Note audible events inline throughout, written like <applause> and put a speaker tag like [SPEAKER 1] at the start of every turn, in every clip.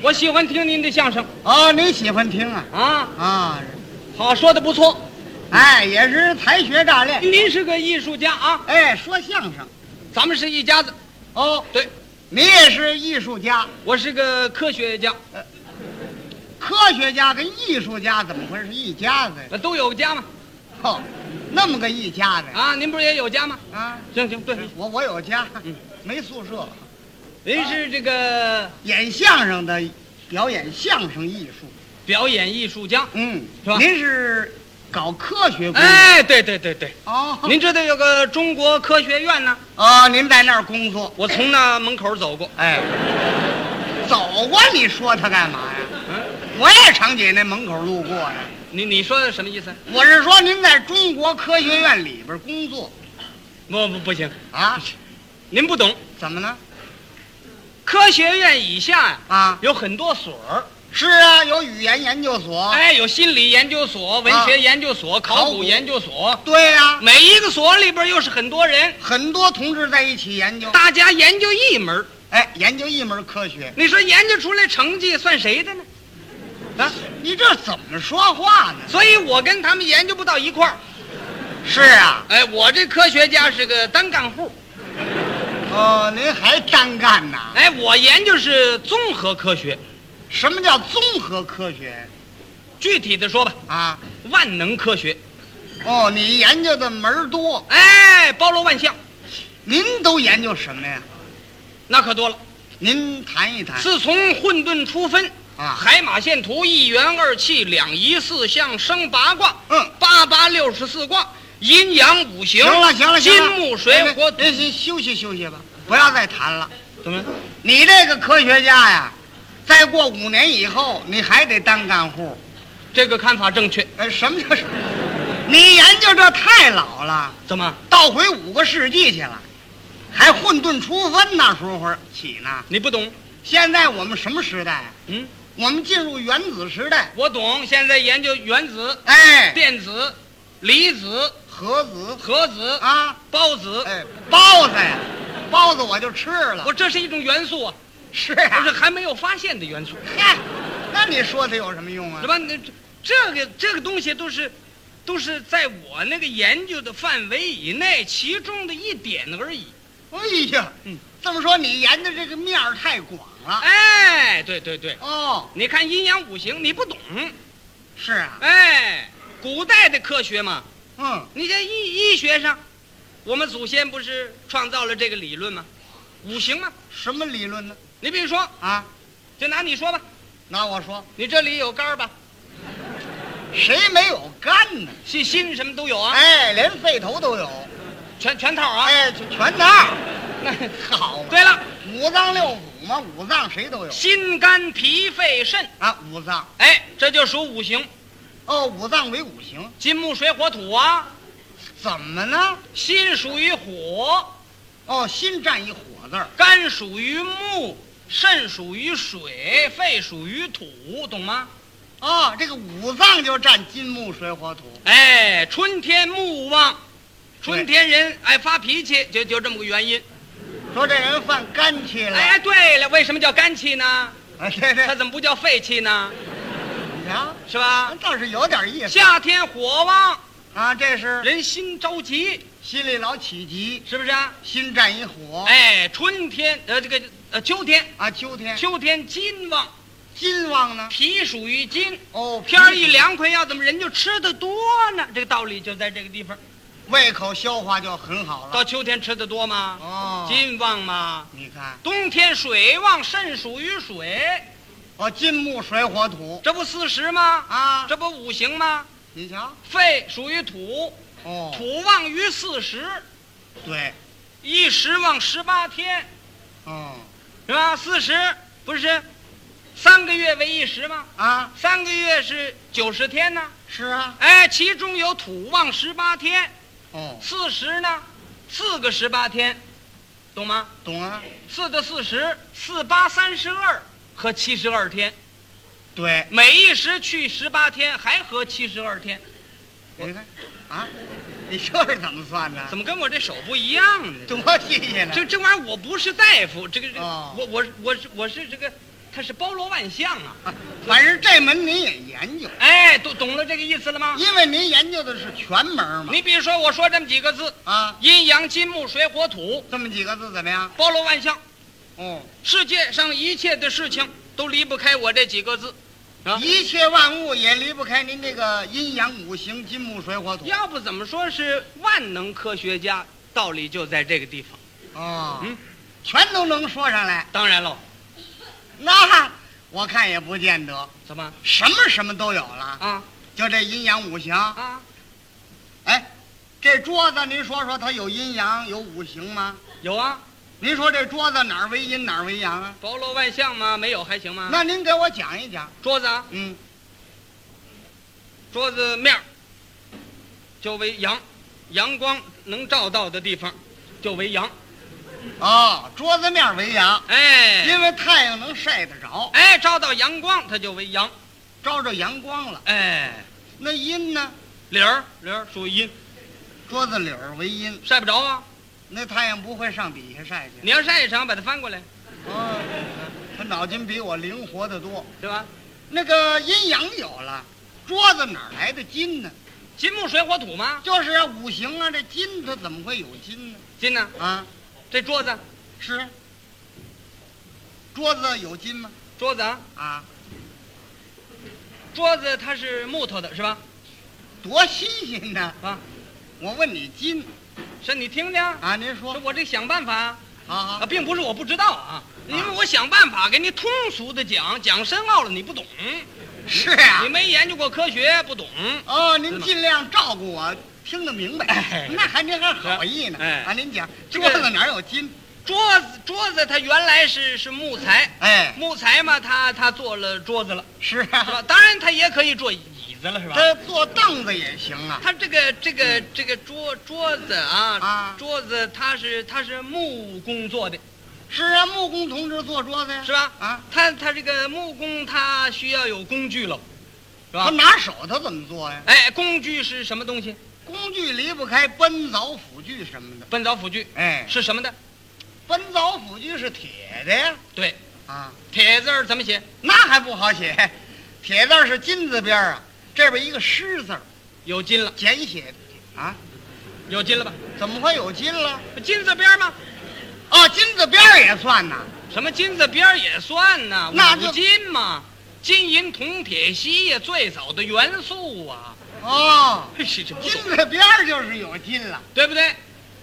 [SPEAKER 1] 我喜欢听您的相声
[SPEAKER 2] 哦，你喜欢听啊？
[SPEAKER 1] 啊，
[SPEAKER 2] 啊，
[SPEAKER 1] 好说的不错。
[SPEAKER 2] 哎，也是才学大练。
[SPEAKER 1] 您是个艺术家啊，
[SPEAKER 2] 哎，说相声，
[SPEAKER 1] 咱们是一家子。哦，对，
[SPEAKER 2] 你也是艺术家、
[SPEAKER 1] 我是个科学家，
[SPEAKER 2] 科学家跟艺术家怎么会是一家子呀？
[SPEAKER 1] 呃都有家嘛。
[SPEAKER 2] 哦，那么个一家子呀？
[SPEAKER 1] 啊，您不是也有家吗？
[SPEAKER 2] 啊，
[SPEAKER 1] 行行，对，
[SPEAKER 2] 我我有家，没宿舍，
[SPEAKER 1] 您是这个
[SPEAKER 2] 演相声的，表演相声艺术。
[SPEAKER 1] 表演艺术家。
[SPEAKER 2] 嗯，
[SPEAKER 1] 是吧
[SPEAKER 2] 您是搞科学工作？
[SPEAKER 1] 哎，对对对对，
[SPEAKER 2] 哦，
[SPEAKER 1] 您知道有个中国科学院呢，
[SPEAKER 2] 哦，您在那儿工作？
[SPEAKER 1] 我从那门口走过。
[SPEAKER 2] 哎，走啊！你说他干嘛呀？
[SPEAKER 1] 嗯，
[SPEAKER 2] 我也常姐那门口路过呀。
[SPEAKER 1] 你你说的什么意思？
[SPEAKER 2] 我是说，您在中国科学院里边工作
[SPEAKER 1] 不不不行，
[SPEAKER 2] 啊？
[SPEAKER 1] 您不懂，
[SPEAKER 2] 怎么呢？
[SPEAKER 1] 科学院以下呀、
[SPEAKER 2] 啊，
[SPEAKER 1] 有很多所儿，
[SPEAKER 2] 是啊，有语言研究所。，
[SPEAKER 1] 哎，有心理研究所、文
[SPEAKER 2] 啊
[SPEAKER 1] 学研究所、
[SPEAKER 2] 考
[SPEAKER 1] 考
[SPEAKER 2] 古
[SPEAKER 1] 古研究所，
[SPEAKER 2] 对呀、
[SPEAKER 1] 每一个所里边又是很多人，
[SPEAKER 2] 很多同志在一起研究，
[SPEAKER 1] 大家研究一门儿，
[SPEAKER 2] 哎，研究一门科学。
[SPEAKER 1] 你说研究出来成绩算谁的呢？啊，
[SPEAKER 2] 你这怎么说话呢？
[SPEAKER 1] 所以我跟他们研究不到一块儿。
[SPEAKER 2] 是啊，
[SPEAKER 1] 哎，我这科学家是个单干户，
[SPEAKER 2] 哦，您还单干呐？
[SPEAKER 1] 哎，我研究是综合科学，
[SPEAKER 2] 什么叫综合科学
[SPEAKER 1] 具体的说吧，
[SPEAKER 2] 啊？
[SPEAKER 1] 万能科学，
[SPEAKER 2] 哦，你研究的门儿多，
[SPEAKER 1] 哎，包罗万象，
[SPEAKER 2] 您都研究什么呀？
[SPEAKER 1] 那可多了。
[SPEAKER 2] 您谈一谈
[SPEAKER 1] 自从混沌初分
[SPEAKER 2] 哎啊
[SPEAKER 1] 海马线图一元二气两仪四象生八卦，
[SPEAKER 2] 嗯，
[SPEAKER 1] 八八六十四卦，阴阳五行。
[SPEAKER 2] 行了，行了，行
[SPEAKER 1] 金
[SPEAKER 2] 了
[SPEAKER 1] 木水火土
[SPEAKER 2] 哎，您休息休息吧，不要再谈了。
[SPEAKER 1] 怎么？
[SPEAKER 2] 你这个科学家呀，再过五年以后，你还得当干户。
[SPEAKER 1] 这个看法正确？
[SPEAKER 2] 哎，什么叫是？你研究这太老了，
[SPEAKER 1] 怎么？
[SPEAKER 2] 倒回五个世纪去了，还混沌初分那时候起呢。
[SPEAKER 1] 你不懂？
[SPEAKER 2] 现在我们什么时代啊？
[SPEAKER 1] 嗯，
[SPEAKER 2] 我们进入原子时代。
[SPEAKER 1] 我懂。现在研究原子、
[SPEAKER 2] 哎，
[SPEAKER 1] 电子、离子、
[SPEAKER 2] 核子
[SPEAKER 1] 核子、
[SPEAKER 2] 啊，
[SPEAKER 1] 孢子。
[SPEAKER 2] 哎，包子呀，包子我就吃了。
[SPEAKER 1] 我这是一种元素啊，
[SPEAKER 2] 是
[SPEAKER 1] 不
[SPEAKER 2] 啊
[SPEAKER 1] 是，还没有发现的元素，
[SPEAKER 2] 嗨，哎那你说它有什么用啊
[SPEAKER 1] 是？吧？那这这个这个东西都是。都是在我那个研究的范围以内，其中的一点而已。
[SPEAKER 2] 哎呀，
[SPEAKER 1] 嗯
[SPEAKER 2] 这么说你研的这个面儿太广了。
[SPEAKER 1] 哎，对对对，
[SPEAKER 2] 哦，
[SPEAKER 1] 你看阴阳五行，你不懂。
[SPEAKER 2] 是啊，
[SPEAKER 1] 哎，古代的科学嘛，
[SPEAKER 2] 嗯，
[SPEAKER 1] 你在医医学上，我们祖先不是创造了这个理论吗？五行嘛，
[SPEAKER 2] 什么理论呢？
[SPEAKER 1] 你比如说，
[SPEAKER 2] 啊，
[SPEAKER 1] 就拿你说吧，
[SPEAKER 2] 那我说
[SPEAKER 1] 你这里有肝儿吧，
[SPEAKER 2] 谁没有肝呢？
[SPEAKER 1] 心心什么都有啊，
[SPEAKER 2] 哎，连肺头都有，
[SPEAKER 1] 全全套啊。 <laughs>
[SPEAKER 2] 哎，全全套。
[SPEAKER 1] 那
[SPEAKER 2] 好嘛，
[SPEAKER 1] 对了，
[SPEAKER 2] 五脏六腑嘛，五脏谁都有
[SPEAKER 1] 心肝脾肺肾，
[SPEAKER 2] 啊。五脏
[SPEAKER 1] 哎，这就属五行，
[SPEAKER 2] 哦，五脏为五行，
[SPEAKER 1] 金木水火土啊。
[SPEAKER 2] 怎么呢？
[SPEAKER 1] 心属于火，
[SPEAKER 2] 哦，心占一火字儿。
[SPEAKER 1] 肝属于木，肾属于水，肺属于土，懂吗？
[SPEAKER 2] 哦，这个五脏就占金木水火土。
[SPEAKER 1] 哎，春天木旺，春
[SPEAKER 2] 对
[SPEAKER 1] 天人爱发脾气，就就这么个原因。
[SPEAKER 2] 说这人犯肝气了。
[SPEAKER 1] 哎，对了，为什么叫肝气呢？
[SPEAKER 2] 哎，对对
[SPEAKER 1] 它，怎么不叫肺气呢？
[SPEAKER 2] 你瞧，
[SPEAKER 1] 是吧？
[SPEAKER 2] 啊倒是有点意思
[SPEAKER 1] 夏天火旺，
[SPEAKER 2] 啊。这是
[SPEAKER 1] 人心着急，
[SPEAKER 2] 心里老起急，
[SPEAKER 1] 是不是、啊？
[SPEAKER 2] 心占一火。
[SPEAKER 1] 哎，春天呃这个呃秋天，
[SPEAKER 2] 啊，秋天
[SPEAKER 1] 秋天金旺，
[SPEAKER 2] 金旺呢？
[SPEAKER 1] 脾属于金，
[SPEAKER 2] 哦，
[SPEAKER 1] 天儿一，凉快要怎么人就吃的多呢？这个道理就在这个地方。
[SPEAKER 2] 胃口消化就很好了。
[SPEAKER 1] 到秋天吃的多吗？
[SPEAKER 2] 哦，
[SPEAKER 1] 金旺吗？
[SPEAKER 2] 你看，
[SPEAKER 1] 冬天水旺，肾属于水，
[SPEAKER 2] 哦，金木水火土
[SPEAKER 1] 这不四时吗？
[SPEAKER 2] 啊，
[SPEAKER 1] 这不五行吗？
[SPEAKER 2] 你瞧，
[SPEAKER 1] 肺属于土，
[SPEAKER 2] 哦，
[SPEAKER 1] 土旺于四时，
[SPEAKER 2] 对，
[SPEAKER 1] 一时旺十八天，
[SPEAKER 2] 哦，
[SPEAKER 1] 是吧？四时不是三个月为一时吗？
[SPEAKER 2] 啊，
[SPEAKER 1] 三个月是九十天呢。
[SPEAKER 2] 是啊，
[SPEAKER 1] 哎，其中有土旺十八天，
[SPEAKER 2] 哦，
[SPEAKER 1] 四时呢，四个十八天，懂吗？
[SPEAKER 2] 懂啊，
[SPEAKER 1] 四的四十，四八三十二和七十二天，
[SPEAKER 2] 对，
[SPEAKER 1] 每一时去十八天，还合七十二天，
[SPEAKER 2] 你看，啊，你这是怎么算的？
[SPEAKER 1] 怎么跟我这手不一样呢？
[SPEAKER 2] 多新鲜呢！
[SPEAKER 1] 这这玩意儿我不是大夫，这个这个
[SPEAKER 2] 哦
[SPEAKER 1] 我我我是我是这个它是包罗万象啊。
[SPEAKER 2] 反正这门您也研究，
[SPEAKER 1] 哎，懂懂了这个意思了吗？
[SPEAKER 2] 因为您研究的是全门嘛。
[SPEAKER 1] 你比如说，我说这么几个字：
[SPEAKER 2] 啊，
[SPEAKER 1] 阴阳、金木、水火土，
[SPEAKER 2] 这么几个字怎么样？
[SPEAKER 1] 包罗万象。
[SPEAKER 2] 哦，
[SPEAKER 1] 世界上一切的事情都离不开我这几个字。啊
[SPEAKER 2] 一切万物也离不开您这个阴阳五行、金木水火土。
[SPEAKER 1] 要不怎么说是万能科学家？道理就在这个地方。
[SPEAKER 2] 哦，
[SPEAKER 1] 嗯
[SPEAKER 2] 全都能说上来。
[SPEAKER 1] 当然喽，
[SPEAKER 2] 那我看也不见得，
[SPEAKER 1] 怎么
[SPEAKER 2] 什么什么都有了，
[SPEAKER 1] 啊
[SPEAKER 2] 就这阴阳五行。
[SPEAKER 1] 啊？
[SPEAKER 2] 哎，这桌子您说说它有阴阳有五行吗？
[SPEAKER 1] 有啊，
[SPEAKER 2] 您说这桌子哪儿为阴哪儿为阳啊？
[SPEAKER 1] 包罗万象吗？没有还行吗？
[SPEAKER 2] 那您给我讲一讲。
[SPEAKER 1] 桌子啊，
[SPEAKER 2] 嗯，
[SPEAKER 1] 桌子面儿就为阳，阳光能照到的地方就为阳。
[SPEAKER 2] 哦，桌子面为阳，
[SPEAKER 1] 哎
[SPEAKER 2] 因为太阳能晒得着，
[SPEAKER 1] 哎，照到阳光它就为阳。
[SPEAKER 2] 照着阳光了。
[SPEAKER 1] 哎，
[SPEAKER 2] 那阴呢？
[SPEAKER 1] 理儿理儿属于阴，
[SPEAKER 2] 桌子里儿为阴，
[SPEAKER 1] 晒不着啊。
[SPEAKER 2] 那太阳不会上底下晒去。
[SPEAKER 1] 你要晒一场，把它翻过来，
[SPEAKER 2] 哦，他脑筋比我灵活得多。
[SPEAKER 1] 对吧？
[SPEAKER 2] 那个阴阳有了，桌子哪儿来的金呢？
[SPEAKER 1] 金木水火土吗？
[SPEAKER 2] 就是啊，五行啊，这金它怎么会有金呢？
[SPEAKER 1] 金呢？
[SPEAKER 2] 啊，
[SPEAKER 1] 这桌子
[SPEAKER 2] 是啊桌子有金吗？
[SPEAKER 1] 桌子啊，
[SPEAKER 2] 啊，
[SPEAKER 1] 桌子它是木头的，是吧？
[SPEAKER 2] 多新鲜呐！
[SPEAKER 1] 啊，
[SPEAKER 2] 我问你金
[SPEAKER 1] 是你听听啊，
[SPEAKER 2] 啊，您说
[SPEAKER 1] 这我这想办法啊
[SPEAKER 2] 啊
[SPEAKER 1] 啊，
[SPEAKER 2] 啊，
[SPEAKER 1] 并不是我不知道啊，因为我想办法给你通俗的讲，讲深奥了你不懂，
[SPEAKER 2] 是啊
[SPEAKER 1] 你，没研究过科学不懂。
[SPEAKER 2] 哦，您尽量照顾我，听得明白。
[SPEAKER 1] 哎
[SPEAKER 2] 那还您还好意呢？
[SPEAKER 1] 哎
[SPEAKER 2] 啊，您讲
[SPEAKER 1] 这
[SPEAKER 2] 桌
[SPEAKER 1] 个
[SPEAKER 2] 子哪儿有金？
[SPEAKER 1] 桌子桌子它原来是是木材，
[SPEAKER 2] 哎，
[SPEAKER 1] 木材嘛，它它做了桌子了，
[SPEAKER 2] 是
[SPEAKER 1] 是
[SPEAKER 2] 啊，
[SPEAKER 1] 吧？当然它也可以做椅子了，是吧？
[SPEAKER 2] 这坐凳子也行啊。
[SPEAKER 1] 它这个这个这个桌桌子啊，
[SPEAKER 2] 啊
[SPEAKER 1] 桌子它是它是木工做的，
[SPEAKER 2] 是啊，木工同志坐桌子呀。
[SPEAKER 1] 是吧？
[SPEAKER 2] 啊，
[SPEAKER 1] 它它这个木工它需要有工具喽，是
[SPEAKER 2] 他
[SPEAKER 1] 吧？
[SPEAKER 2] 拿手他怎么做呀？
[SPEAKER 1] 哎，工具是什么东西？
[SPEAKER 2] 工具离不开奔凿、斧锯什么的。
[SPEAKER 1] 奔凿斧锯
[SPEAKER 2] 哎，
[SPEAKER 1] 是什么的？
[SPEAKER 2] 奔凿、斧锯是铁的呀。
[SPEAKER 1] 对，
[SPEAKER 2] 啊，
[SPEAKER 1] 铁字儿怎么写？
[SPEAKER 2] 那还不好写，铁字儿是金字边儿啊，这边一个狮字儿，
[SPEAKER 1] 有金了，
[SPEAKER 2] 简写的啊，
[SPEAKER 1] 有金了吧？
[SPEAKER 2] 怎么会有金了？
[SPEAKER 1] 金字边儿吗？
[SPEAKER 2] 哦，金字边儿也算呐。
[SPEAKER 1] 什么金字边儿也算呐？
[SPEAKER 2] 那
[SPEAKER 1] 五
[SPEAKER 2] 就
[SPEAKER 1] 金嘛，金银铜铁锡呀，最早的元素啊， <laughs>
[SPEAKER 2] 哦，
[SPEAKER 1] 是这不
[SPEAKER 2] 金
[SPEAKER 1] 懂
[SPEAKER 2] 字边儿就是有金了，
[SPEAKER 1] 对不对？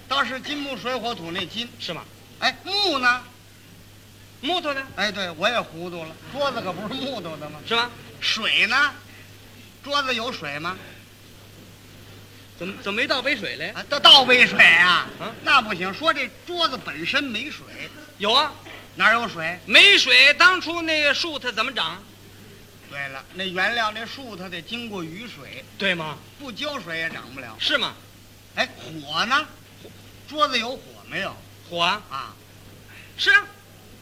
[SPEAKER 2] 倒是金木水火土那金。
[SPEAKER 1] 是吗？
[SPEAKER 2] 哎，木呢？
[SPEAKER 1] 木头的
[SPEAKER 2] 哎，对我也糊涂了，桌子可不是木头的吗？
[SPEAKER 1] 是吗？
[SPEAKER 2] 水呢？桌子有水吗？
[SPEAKER 1] 怎么怎么没倒杯水嘞？
[SPEAKER 2] 啊，倒倒杯水啊？
[SPEAKER 1] 啊
[SPEAKER 2] 那不行，说这桌子本身没水，
[SPEAKER 1] 有啊，
[SPEAKER 2] 哪有水？
[SPEAKER 1] 没水，当初那个树它怎么长？
[SPEAKER 2] 对了，那原料那树它得经过雨水，
[SPEAKER 1] 对吗？
[SPEAKER 2] 不浇水也长不了。
[SPEAKER 1] 是吗？
[SPEAKER 2] 哎，火呢？桌子有火没有
[SPEAKER 1] 火啊，
[SPEAKER 2] 啊？
[SPEAKER 1] 是啊，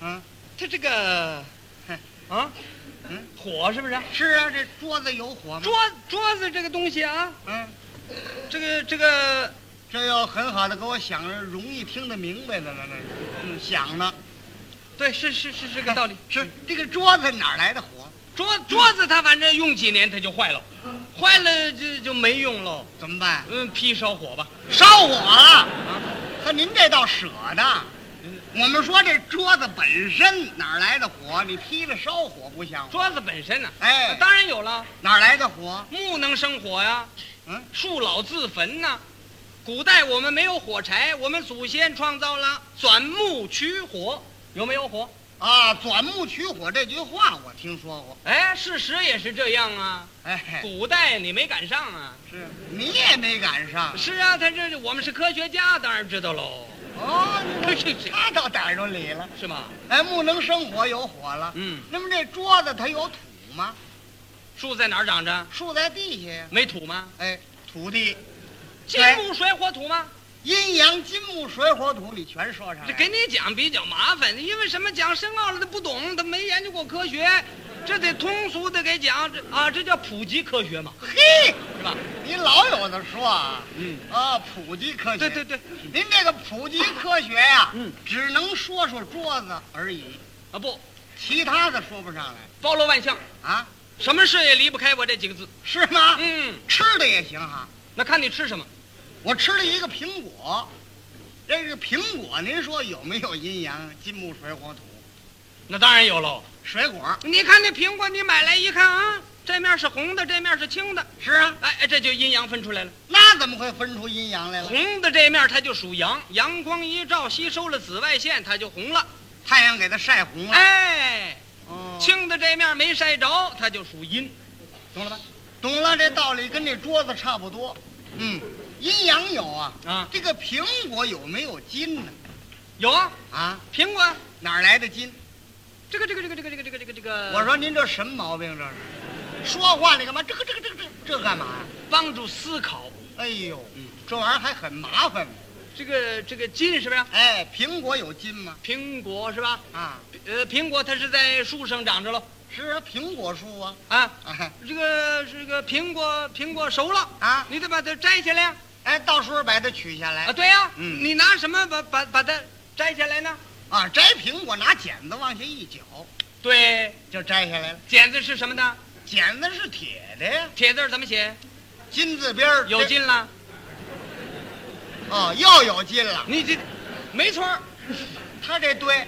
[SPEAKER 2] 嗯，
[SPEAKER 1] 它这个
[SPEAKER 2] 哼，
[SPEAKER 1] 啊，
[SPEAKER 2] 嗯
[SPEAKER 1] 火是不是？
[SPEAKER 2] 是啊，这桌子有火吗？
[SPEAKER 1] 桌桌子这个东西啊，
[SPEAKER 2] 嗯，
[SPEAKER 1] 这个这个
[SPEAKER 2] 这要很好的给我想着容易听得明白的了，那是嗯，想呢
[SPEAKER 1] 对，是是是这哎个道理。嗯
[SPEAKER 2] 是这个桌子哪儿来的火？
[SPEAKER 1] 桌桌子它反正用几年它就坏了，坏了就就没用喽。
[SPEAKER 2] 怎么办？
[SPEAKER 1] 嗯，劈烧火吧。
[SPEAKER 2] 烧火了！
[SPEAKER 1] 啊，
[SPEAKER 2] 和您这倒舍得。我们说这桌子本身哪儿来的火？你劈了烧火不像话。
[SPEAKER 1] 桌子本身呢、
[SPEAKER 2] 哎，
[SPEAKER 1] 当然有了，
[SPEAKER 2] 哪儿来的火？
[SPEAKER 1] 木能生火呀，
[SPEAKER 2] 嗯，
[SPEAKER 1] 树老自焚呐、古代我们没有火柴，我们祖先创造了钻木取火，有没有火？
[SPEAKER 2] 啊，钻木取火这句话我听说过。
[SPEAKER 1] 哎，事实也是这样啊。
[SPEAKER 2] 哎，
[SPEAKER 1] 古代你没赶上啊？
[SPEAKER 2] 是你也没赶上。
[SPEAKER 1] 是啊，他这我们是科学家，当然知道喽，
[SPEAKER 2] 哦，你这他倒逮着理了。
[SPEAKER 1] 是吗？
[SPEAKER 2] 哎，木能生火，有火了。
[SPEAKER 1] 嗯，
[SPEAKER 2] 那么这桌子它有土吗？
[SPEAKER 1] 树在哪儿长着？
[SPEAKER 2] 树在地下呀。
[SPEAKER 1] 没土吗？
[SPEAKER 2] 哎，土地，
[SPEAKER 1] 金木水火土吗？
[SPEAKER 2] 阴阳金木水火土里全说上
[SPEAKER 1] 这
[SPEAKER 2] 来。
[SPEAKER 1] 给你讲比较麻烦，因为什么讲深奥了他不懂，他没研究过科学，这得通俗的给讲，这啊这叫普及科学嘛，
[SPEAKER 2] 嘿，
[SPEAKER 1] 是吧？
[SPEAKER 2] 你老有的说啊。
[SPEAKER 1] 嗯，
[SPEAKER 2] 啊，普及科学。
[SPEAKER 1] 对对对，
[SPEAKER 2] 您这个普及科学呀、
[SPEAKER 1] 嗯
[SPEAKER 2] 只能说说桌子而已。
[SPEAKER 1] 啊不，
[SPEAKER 2] 其他的说不上来
[SPEAKER 1] 包罗万象，
[SPEAKER 2] 啊，
[SPEAKER 1] 什么事也离不开我这几个字。
[SPEAKER 2] 是吗？
[SPEAKER 1] 嗯，
[SPEAKER 2] 吃的也行哈，
[SPEAKER 1] 那看你吃什么。
[SPEAKER 2] 我吃了一个苹果，这个苹果您说有没有阴阳？金木水火土，
[SPEAKER 1] 那当然有喽。
[SPEAKER 2] 水果
[SPEAKER 1] 你看那苹果，你买来一看啊，这面是红的，这面是青的，
[SPEAKER 2] 是啊，
[SPEAKER 1] 哎哎，这就阴阳分出来了。
[SPEAKER 2] 那怎么会分出阴阳来了？
[SPEAKER 1] 红的这面它就属阳，阳光一照，吸收了紫外线，它就红了。
[SPEAKER 2] 太阳给它晒红了。
[SPEAKER 1] 哎，
[SPEAKER 2] 哦
[SPEAKER 1] 青的这面没晒着，它就属阴。
[SPEAKER 2] 懂了吧？懂了，这道理跟这桌子差不多。嗯，阴阳有啊。
[SPEAKER 1] 啊
[SPEAKER 2] 这个苹果有没有金呢？
[SPEAKER 1] 有啊，
[SPEAKER 2] 啊，
[SPEAKER 1] 苹果，
[SPEAKER 2] 哪儿来的金？
[SPEAKER 1] 这个这个这个这个这个这个这个这个，
[SPEAKER 2] 我说您这什么毛病这是？说话你干嘛？这个这个这个这个这干嘛呀？
[SPEAKER 1] 帮助思考，
[SPEAKER 2] 哎呦，这玩意儿还很麻烦呢。
[SPEAKER 1] 这个这个金是不是？
[SPEAKER 2] 哎，苹果有金吗？
[SPEAKER 1] 苹果是吧？
[SPEAKER 2] 啊，
[SPEAKER 1] 呃，苹果它是在树上长着喽，
[SPEAKER 2] 是啊，苹果树啊。
[SPEAKER 1] 啊，
[SPEAKER 2] 哎
[SPEAKER 1] 这个这个苹果苹果熟了，
[SPEAKER 2] 啊，
[SPEAKER 1] 你得把它摘下来呀、
[SPEAKER 2] 哎，到时候把它取下
[SPEAKER 1] 啊。
[SPEAKER 2] 来
[SPEAKER 1] 对呀、
[SPEAKER 2] 嗯
[SPEAKER 1] 你拿什么把把把它摘下来呢？
[SPEAKER 2] 啊。摘苹果拿剪子往下一绞，
[SPEAKER 1] 对，
[SPEAKER 2] 就摘下来了。
[SPEAKER 1] 剪子是什么呢？
[SPEAKER 2] 剪子是铁的呀，
[SPEAKER 1] 铁字儿怎么写？
[SPEAKER 2] 金字边儿
[SPEAKER 1] 有金了，
[SPEAKER 2] 哦，又有金了。
[SPEAKER 1] 你这，没错儿，
[SPEAKER 2] 他这堆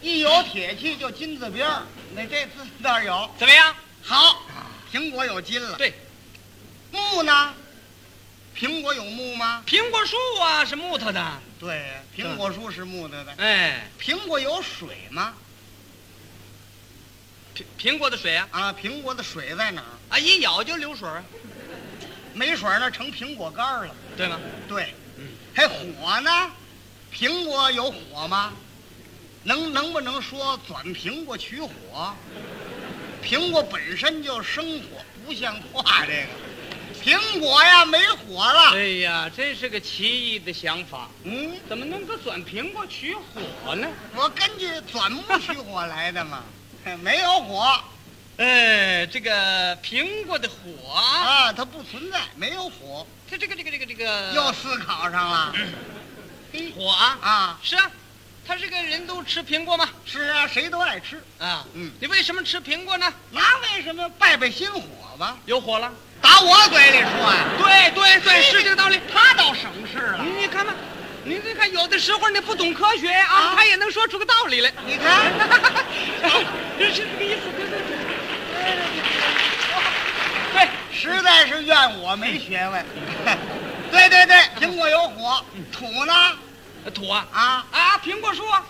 [SPEAKER 2] 一有铁器就金字边儿，那这字那儿有
[SPEAKER 1] 怎么样？
[SPEAKER 2] 好，苹果有金了。
[SPEAKER 1] 对，
[SPEAKER 2] 木呢？苹果有木吗？
[SPEAKER 1] 苹果树啊是木头的，
[SPEAKER 2] 对，苹果树是木头的。
[SPEAKER 1] 哎，
[SPEAKER 2] 苹果有水吗？
[SPEAKER 1] 苹苹果的水啊，
[SPEAKER 2] 啊，苹果的水在哪儿？
[SPEAKER 1] 啊一咬就流水儿，啊
[SPEAKER 2] 没水儿那成苹果干儿了。
[SPEAKER 1] 对吗？
[SPEAKER 2] 对，
[SPEAKER 1] 嗯
[SPEAKER 2] 还火呢？苹果有火吗？能能不能说转苹果取火？苹果本身就生火，不像话这个。苹果呀，没火了。
[SPEAKER 1] 哎呀，真是个奇异的想法，
[SPEAKER 2] 嗯，
[SPEAKER 1] 怎么能够转苹果取火呢？
[SPEAKER 2] 我根据钻木取火来的嘛，没有火
[SPEAKER 1] 哎，这个苹果的火啊，
[SPEAKER 2] 啊，它不存在，没有火，
[SPEAKER 1] 它这个这个这个这个
[SPEAKER 2] 又思考上了。嘿
[SPEAKER 1] 火啊，
[SPEAKER 2] 啊，
[SPEAKER 1] 是啊，他这个人都吃苹果嘛，
[SPEAKER 2] 是啊，谁都爱吃，
[SPEAKER 1] 啊，
[SPEAKER 2] 嗯
[SPEAKER 1] 你为什么吃苹果呢？
[SPEAKER 2] 那为什么拜拜心火吧？
[SPEAKER 1] 有火了，
[SPEAKER 2] 打我嘴里说呀、
[SPEAKER 1] 对对对，
[SPEAKER 2] 嘿
[SPEAKER 1] 是这个道理。
[SPEAKER 2] 他倒省事了。
[SPEAKER 1] 你看吧，你这看有的时候你不懂科学啊，
[SPEAKER 2] 啊
[SPEAKER 1] 他也能说出个道理 <laughs> 来。
[SPEAKER 2] 你看，
[SPEAKER 1] 是这个意思，对对对。对，哎
[SPEAKER 2] 实在是怨我没学
[SPEAKER 1] <laughs>
[SPEAKER 2] 问。对对对，苹果有火，土呢？
[SPEAKER 1] 土啊
[SPEAKER 2] 啊，
[SPEAKER 1] 啊，苹果树啊，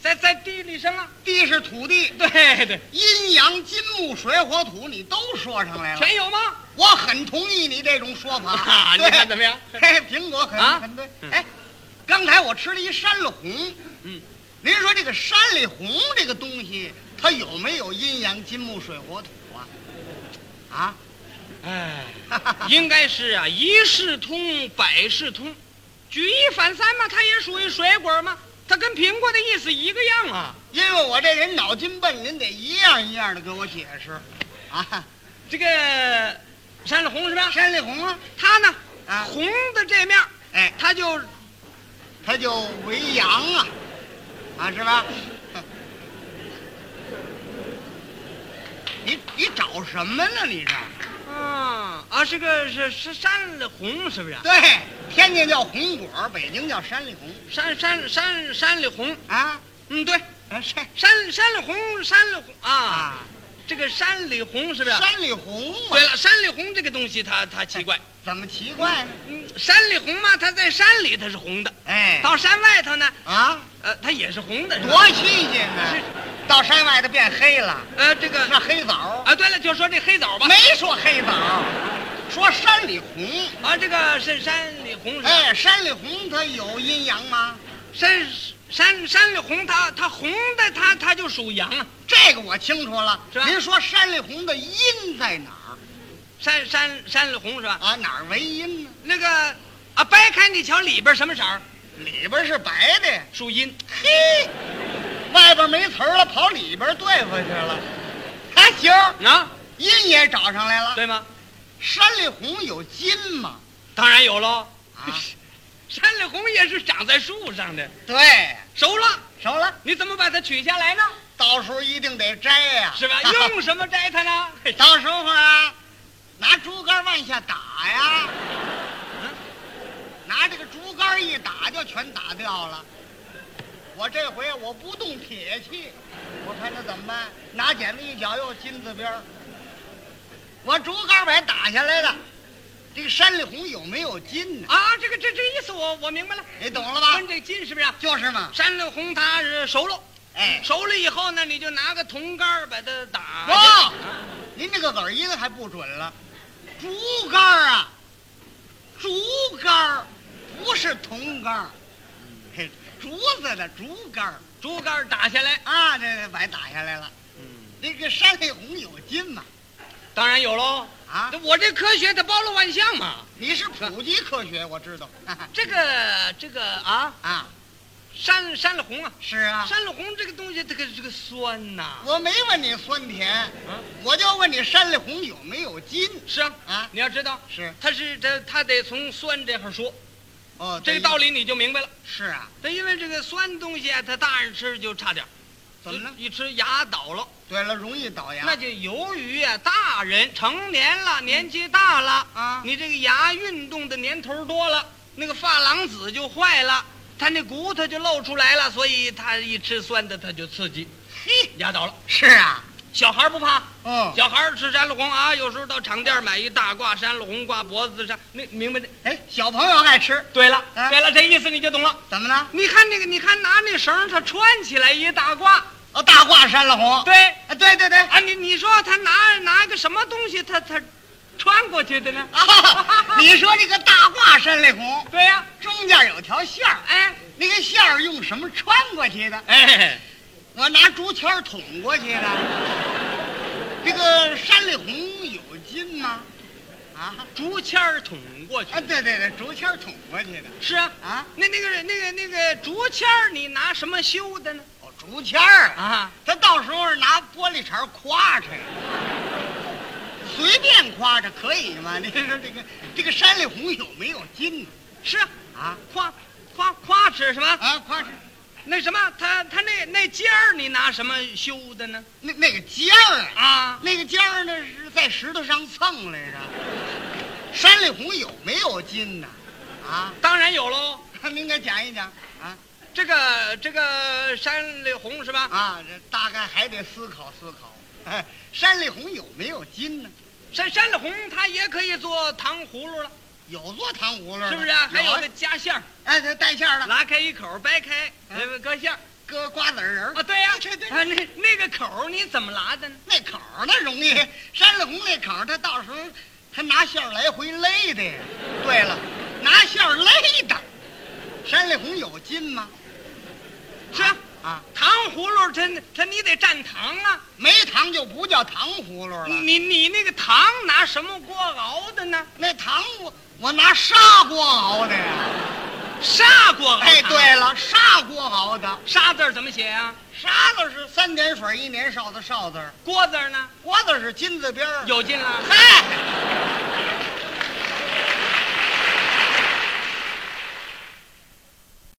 [SPEAKER 1] 在在地里生啊，
[SPEAKER 2] 地是土地，
[SPEAKER 1] 对对，
[SPEAKER 2] 阴阳金木水火土，你都说上来了。
[SPEAKER 1] 全有吗？
[SPEAKER 2] 我很同意你这种说
[SPEAKER 1] 啊，
[SPEAKER 2] 法。
[SPEAKER 1] <laughs> 你
[SPEAKER 2] 对
[SPEAKER 1] 看怎么样？
[SPEAKER 2] <laughs> 嘿，苹果很、
[SPEAKER 1] 啊
[SPEAKER 2] 很对。
[SPEAKER 1] 嗯
[SPEAKER 2] 哎，刚才我吃了一山里红，
[SPEAKER 1] 嗯，
[SPEAKER 2] 您说这个山里红这个东西，它有没有阴阳金木水火土啊？ <laughs>
[SPEAKER 1] 哎，
[SPEAKER 2] 啊，
[SPEAKER 1] <laughs> 应该是啊，一事通，百事通，举一反三嘛，它也属于水果嘛，它跟苹果的意思一个样啊。
[SPEAKER 2] 因为我这人脑筋笨，您得一样一样的给我解释，啊，
[SPEAKER 1] 这个山里红是吧？
[SPEAKER 2] 山里红啊，
[SPEAKER 1] 它呢，
[SPEAKER 2] 啊
[SPEAKER 1] 红的这面儿
[SPEAKER 2] 哎，
[SPEAKER 1] 它就
[SPEAKER 2] 它就为阳啊，啊是吧？你你找什么呢？你这
[SPEAKER 1] 啊啊，是个是是山里红是不是啊？
[SPEAKER 2] 对，天津叫红果儿，北京叫山里红
[SPEAKER 1] 山山山山里红，
[SPEAKER 2] 啊，
[SPEAKER 1] 嗯对，
[SPEAKER 2] 啊山
[SPEAKER 1] 山山里红山里红啊，
[SPEAKER 2] 啊，
[SPEAKER 1] 这个山里红是不是啊？
[SPEAKER 2] 山里红嘛
[SPEAKER 1] 对，了，山里红这个东西它它奇怪，
[SPEAKER 2] 怎么奇怪呢？
[SPEAKER 1] 嗯，山里红嘛，它在山里它是红的，
[SPEAKER 2] 哎，
[SPEAKER 1] 到山外头呢，
[SPEAKER 2] 啊，
[SPEAKER 1] 呃，它也是红的，是吧
[SPEAKER 2] 多新鲜呢！到山外头变黑了，
[SPEAKER 1] 呃这个
[SPEAKER 2] 那黑枣儿
[SPEAKER 1] 啊，对了，就说这黑枣吧，
[SPEAKER 2] 没说黑枣儿，说山里红。
[SPEAKER 1] 啊，这个是山里红是吧？
[SPEAKER 2] 哎，山里红它有阴阳吗？
[SPEAKER 1] 山山山里红它它红的它它就属阳啊，
[SPEAKER 2] 这个我清楚了。
[SPEAKER 1] 是吧
[SPEAKER 2] 您说山里红的阴在哪儿
[SPEAKER 1] 山山山里红是吧？
[SPEAKER 2] 啊？哪儿为阴呢？
[SPEAKER 1] 那个啊，掰开你瞧里边什么色儿？
[SPEAKER 2] 里边是白的，
[SPEAKER 1] 属阴。
[SPEAKER 2] 嘿，外边没词儿了，跑里边对付去了。还行，
[SPEAKER 1] 啊，
[SPEAKER 2] 阴也找上来了。
[SPEAKER 1] 对吗？
[SPEAKER 2] 山里红有金吗？
[SPEAKER 1] 当然有喽。
[SPEAKER 2] 啊
[SPEAKER 1] 山里红也是长在树上的，
[SPEAKER 2] 对，
[SPEAKER 1] 熟了
[SPEAKER 2] 什么了？
[SPEAKER 1] 你怎么把它取下来呢？
[SPEAKER 2] 到时候一定得摘呀、
[SPEAKER 1] 是
[SPEAKER 2] <laughs>
[SPEAKER 1] 吧？用什么摘它呢？嘿
[SPEAKER 2] 到时候啊，拿竹竿往下打呀，嗯拿这个竹竿一打就全打掉了。我这回我不动铁器，我看他怎么办？拿剪子一绞，又金字边儿。我竹竿把它打下来了，这个山里红有没有金呢？
[SPEAKER 1] 啊，这个这这个意思我我明白了，
[SPEAKER 2] 你懂了吧
[SPEAKER 1] 分？这金是不是啊？
[SPEAKER 2] 就是嘛，
[SPEAKER 1] 山里红它是熟了，
[SPEAKER 2] 哎，
[SPEAKER 1] 熟了以后呢，你就拿个铜杆儿把它打。啊
[SPEAKER 2] 哇，您这个子儿音还不准了，竹竿儿啊，竹竿儿不是铜竿儿，
[SPEAKER 1] 嗯
[SPEAKER 2] <laughs> 嘿，竹子的竹竿儿
[SPEAKER 1] 竹竿儿打下来，
[SPEAKER 2] 啊，这这把它打下来了。
[SPEAKER 1] 嗯
[SPEAKER 2] 那个山里红有金嘛？
[SPEAKER 1] 当然有喽。
[SPEAKER 2] 啊，
[SPEAKER 1] 这我这科学它包罗万象嘛。
[SPEAKER 2] 你是普及科学，我
[SPEAKER 1] <laughs>
[SPEAKER 2] 知道。
[SPEAKER 1] 这个这个啊，
[SPEAKER 2] 啊，
[SPEAKER 1] 山山里红啊，
[SPEAKER 2] 是啊，
[SPEAKER 1] 山里红这个东西，这个这个酸呐、
[SPEAKER 2] 我没问你酸甜，
[SPEAKER 1] 啊
[SPEAKER 2] 我就问你山里红有没有金
[SPEAKER 1] 是啊，
[SPEAKER 2] 啊？
[SPEAKER 1] 你要知道，
[SPEAKER 2] 是
[SPEAKER 1] 它是它它得从酸这块儿说，
[SPEAKER 2] 哦，
[SPEAKER 1] 这个
[SPEAKER 2] 对
[SPEAKER 1] 道理你就明白了。
[SPEAKER 2] 是啊，
[SPEAKER 1] 它因为这个酸东西啊，它大人吃就差点儿，
[SPEAKER 2] 怎么了
[SPEAKER 1] 就一吃牙倒了。
[SPEAKER 2] 对了，容易倒牙。
[SPEAKER 1] 那就由于啊，大人成年了，年纪大了，
[SPEAKER 2] 啊，
[SPEAKER 1] 你这个牙运动的年头多了，那个珐琅质就坏了，他那骨头就露出来了，所以他一吃酸的他就刺激，
[SPEAKER 2] 嘿，
[SPEAKER 1] 牙倒了。
[SPEAKER 2] 是啊，
[SPEAKER 1] 小孩不怕，
[SPEAKER 2] 嗯。
[SPEAKER 1] 小孩吃山里红啊，有时候到厂店买一大挂山里红挂脖子上，那明白这？
[SPEAKER 2] 哎，小朋友爱吃，
[SPEAKER 1] 对了，
[SPEAKER 2] 啊
[SPEAKER 1] 对了，这意思你就懂了。
[SPEAKER 2] 怎么了？
[SPEAKER 1] 你看那个，你看拿那绳儿他穿起来一大挂，
[SPEAKER 2] 哦，大褂山了红。，
[SPEAKER 1] 对
[SPEAKER 2] 啊，对对对，
[SPEAKER 1] <laughs> 啊，你你说他拿拿个什么东西，他他穿过去的呢？
[SPEAKER 2] 啊，你说这个大褂山了红，
[SPEAKER 1] 对呀、
[SPEAKER 2] 中间有条线儿，
[SPEAKER 1] 哎
[SPEAKER 2] 那个线儿用什么穿过去的？
[SPEAKER 1] 哎，
[SPEAKER 2] 我拿竹签儿捅过去的。这个山里红有筋吗？啊
[SPEAKER 1] 竹签儿捅过去
[SPEAKER 2] 啊，对对对，竹签儿捅过去的
[SPEAKER 1] 是啊，
[SPEAKER 2] 啊。
[SPEAKER 1] 那那个那个那个竹签儿，你拿什么修的呢？
[SPEAKER 2] 哦，竹签儿啊，
[SPEAKER 1] 啊，
[SPEAKER 2] 他到时候拿玻璃碴儿夸着，随便夸着可以吗？你说这个这个山里红有没有筋呢？
[SPEAKER 1] 是啊，
[SPEAKER 2] 啊
[SPEAKER 1] 夸夸夸尺什么？
[SPEAKER 2] 啊，夸是
[SPEAKER 1] 那什么，他他那那尖儿，你拿什么修的呢？
[SPEAKER 2] 那那个尖儿啊，
[SPEAKER 1] 啊，
[SPEAKER 2] 那个尖儿呢是在石头上蹭来着。山里红有没有筋呢？啊， <laughs>
[SPEAKER 1] 当然有喽。
[SPEAKER 2] 您给讲一讲啊
[SPEAKER 1] 这个这个山里红是吧？
[SPEAKER 2] 啊，这大概还得思考思考。哎，山里红有没有筋呢？
[SPEAKER 1] 山山里红它也可以做糖葫芦了，
[SPEAKER 2] 有做糖葫芦的
[SPEAKER 1] 是不是、啊？还有
[SPEAKER 2] 啊
[SPEAKER 1] 个夹馅儿，
[SPEAKER 2] 哎，它带馅儿的，
[SPEAKER 1] 拉开一口，掰开，呃搁馅儿。
[SPEAKER 2] 搁瓜子仁儿
[SPEAKER 1] 啊，对呀、
[SPEAKER 2] 嗯对对对
[SPEAKER 1] 啊，那那个口儿你怎么拉的呢？
[SPEAKER 2] 那口儿那容易，山里红那口儿，他到时候他拿馅儿来回勒的呀。对了，拿馅儿勒的，山里红有筋吗？
[SPEAKER 1] 是啊，
[SPEAKER 2] 啊，
[SPEAKER 1] 糖葫芦它它你得蘸糖啊，
[SPEAKER 2] 没糖就不叫糖葫芦了。
[SPEAKER 1] 你你那个糖拿什么锅熬的呢？
[SPEAKER 2] 那糖我我拿砂锅熬的 <laughs> 呀。
[SPEAKER 1] 砂锅熬。
[SPEAKER 2] 哎，，对了，砂锅熬的，
[SPEAKER 1] 砂字儿怎么写啊？
[SPEAKER 2] 砂子是三点水一年少的少字儿，
[SPEAKER 1] 锅字儿呢？
[SPEAKER 2] 锅子是金字边儿。
[SPEAKER 1] 有劲了。
[SPEAKER 2] 嗨，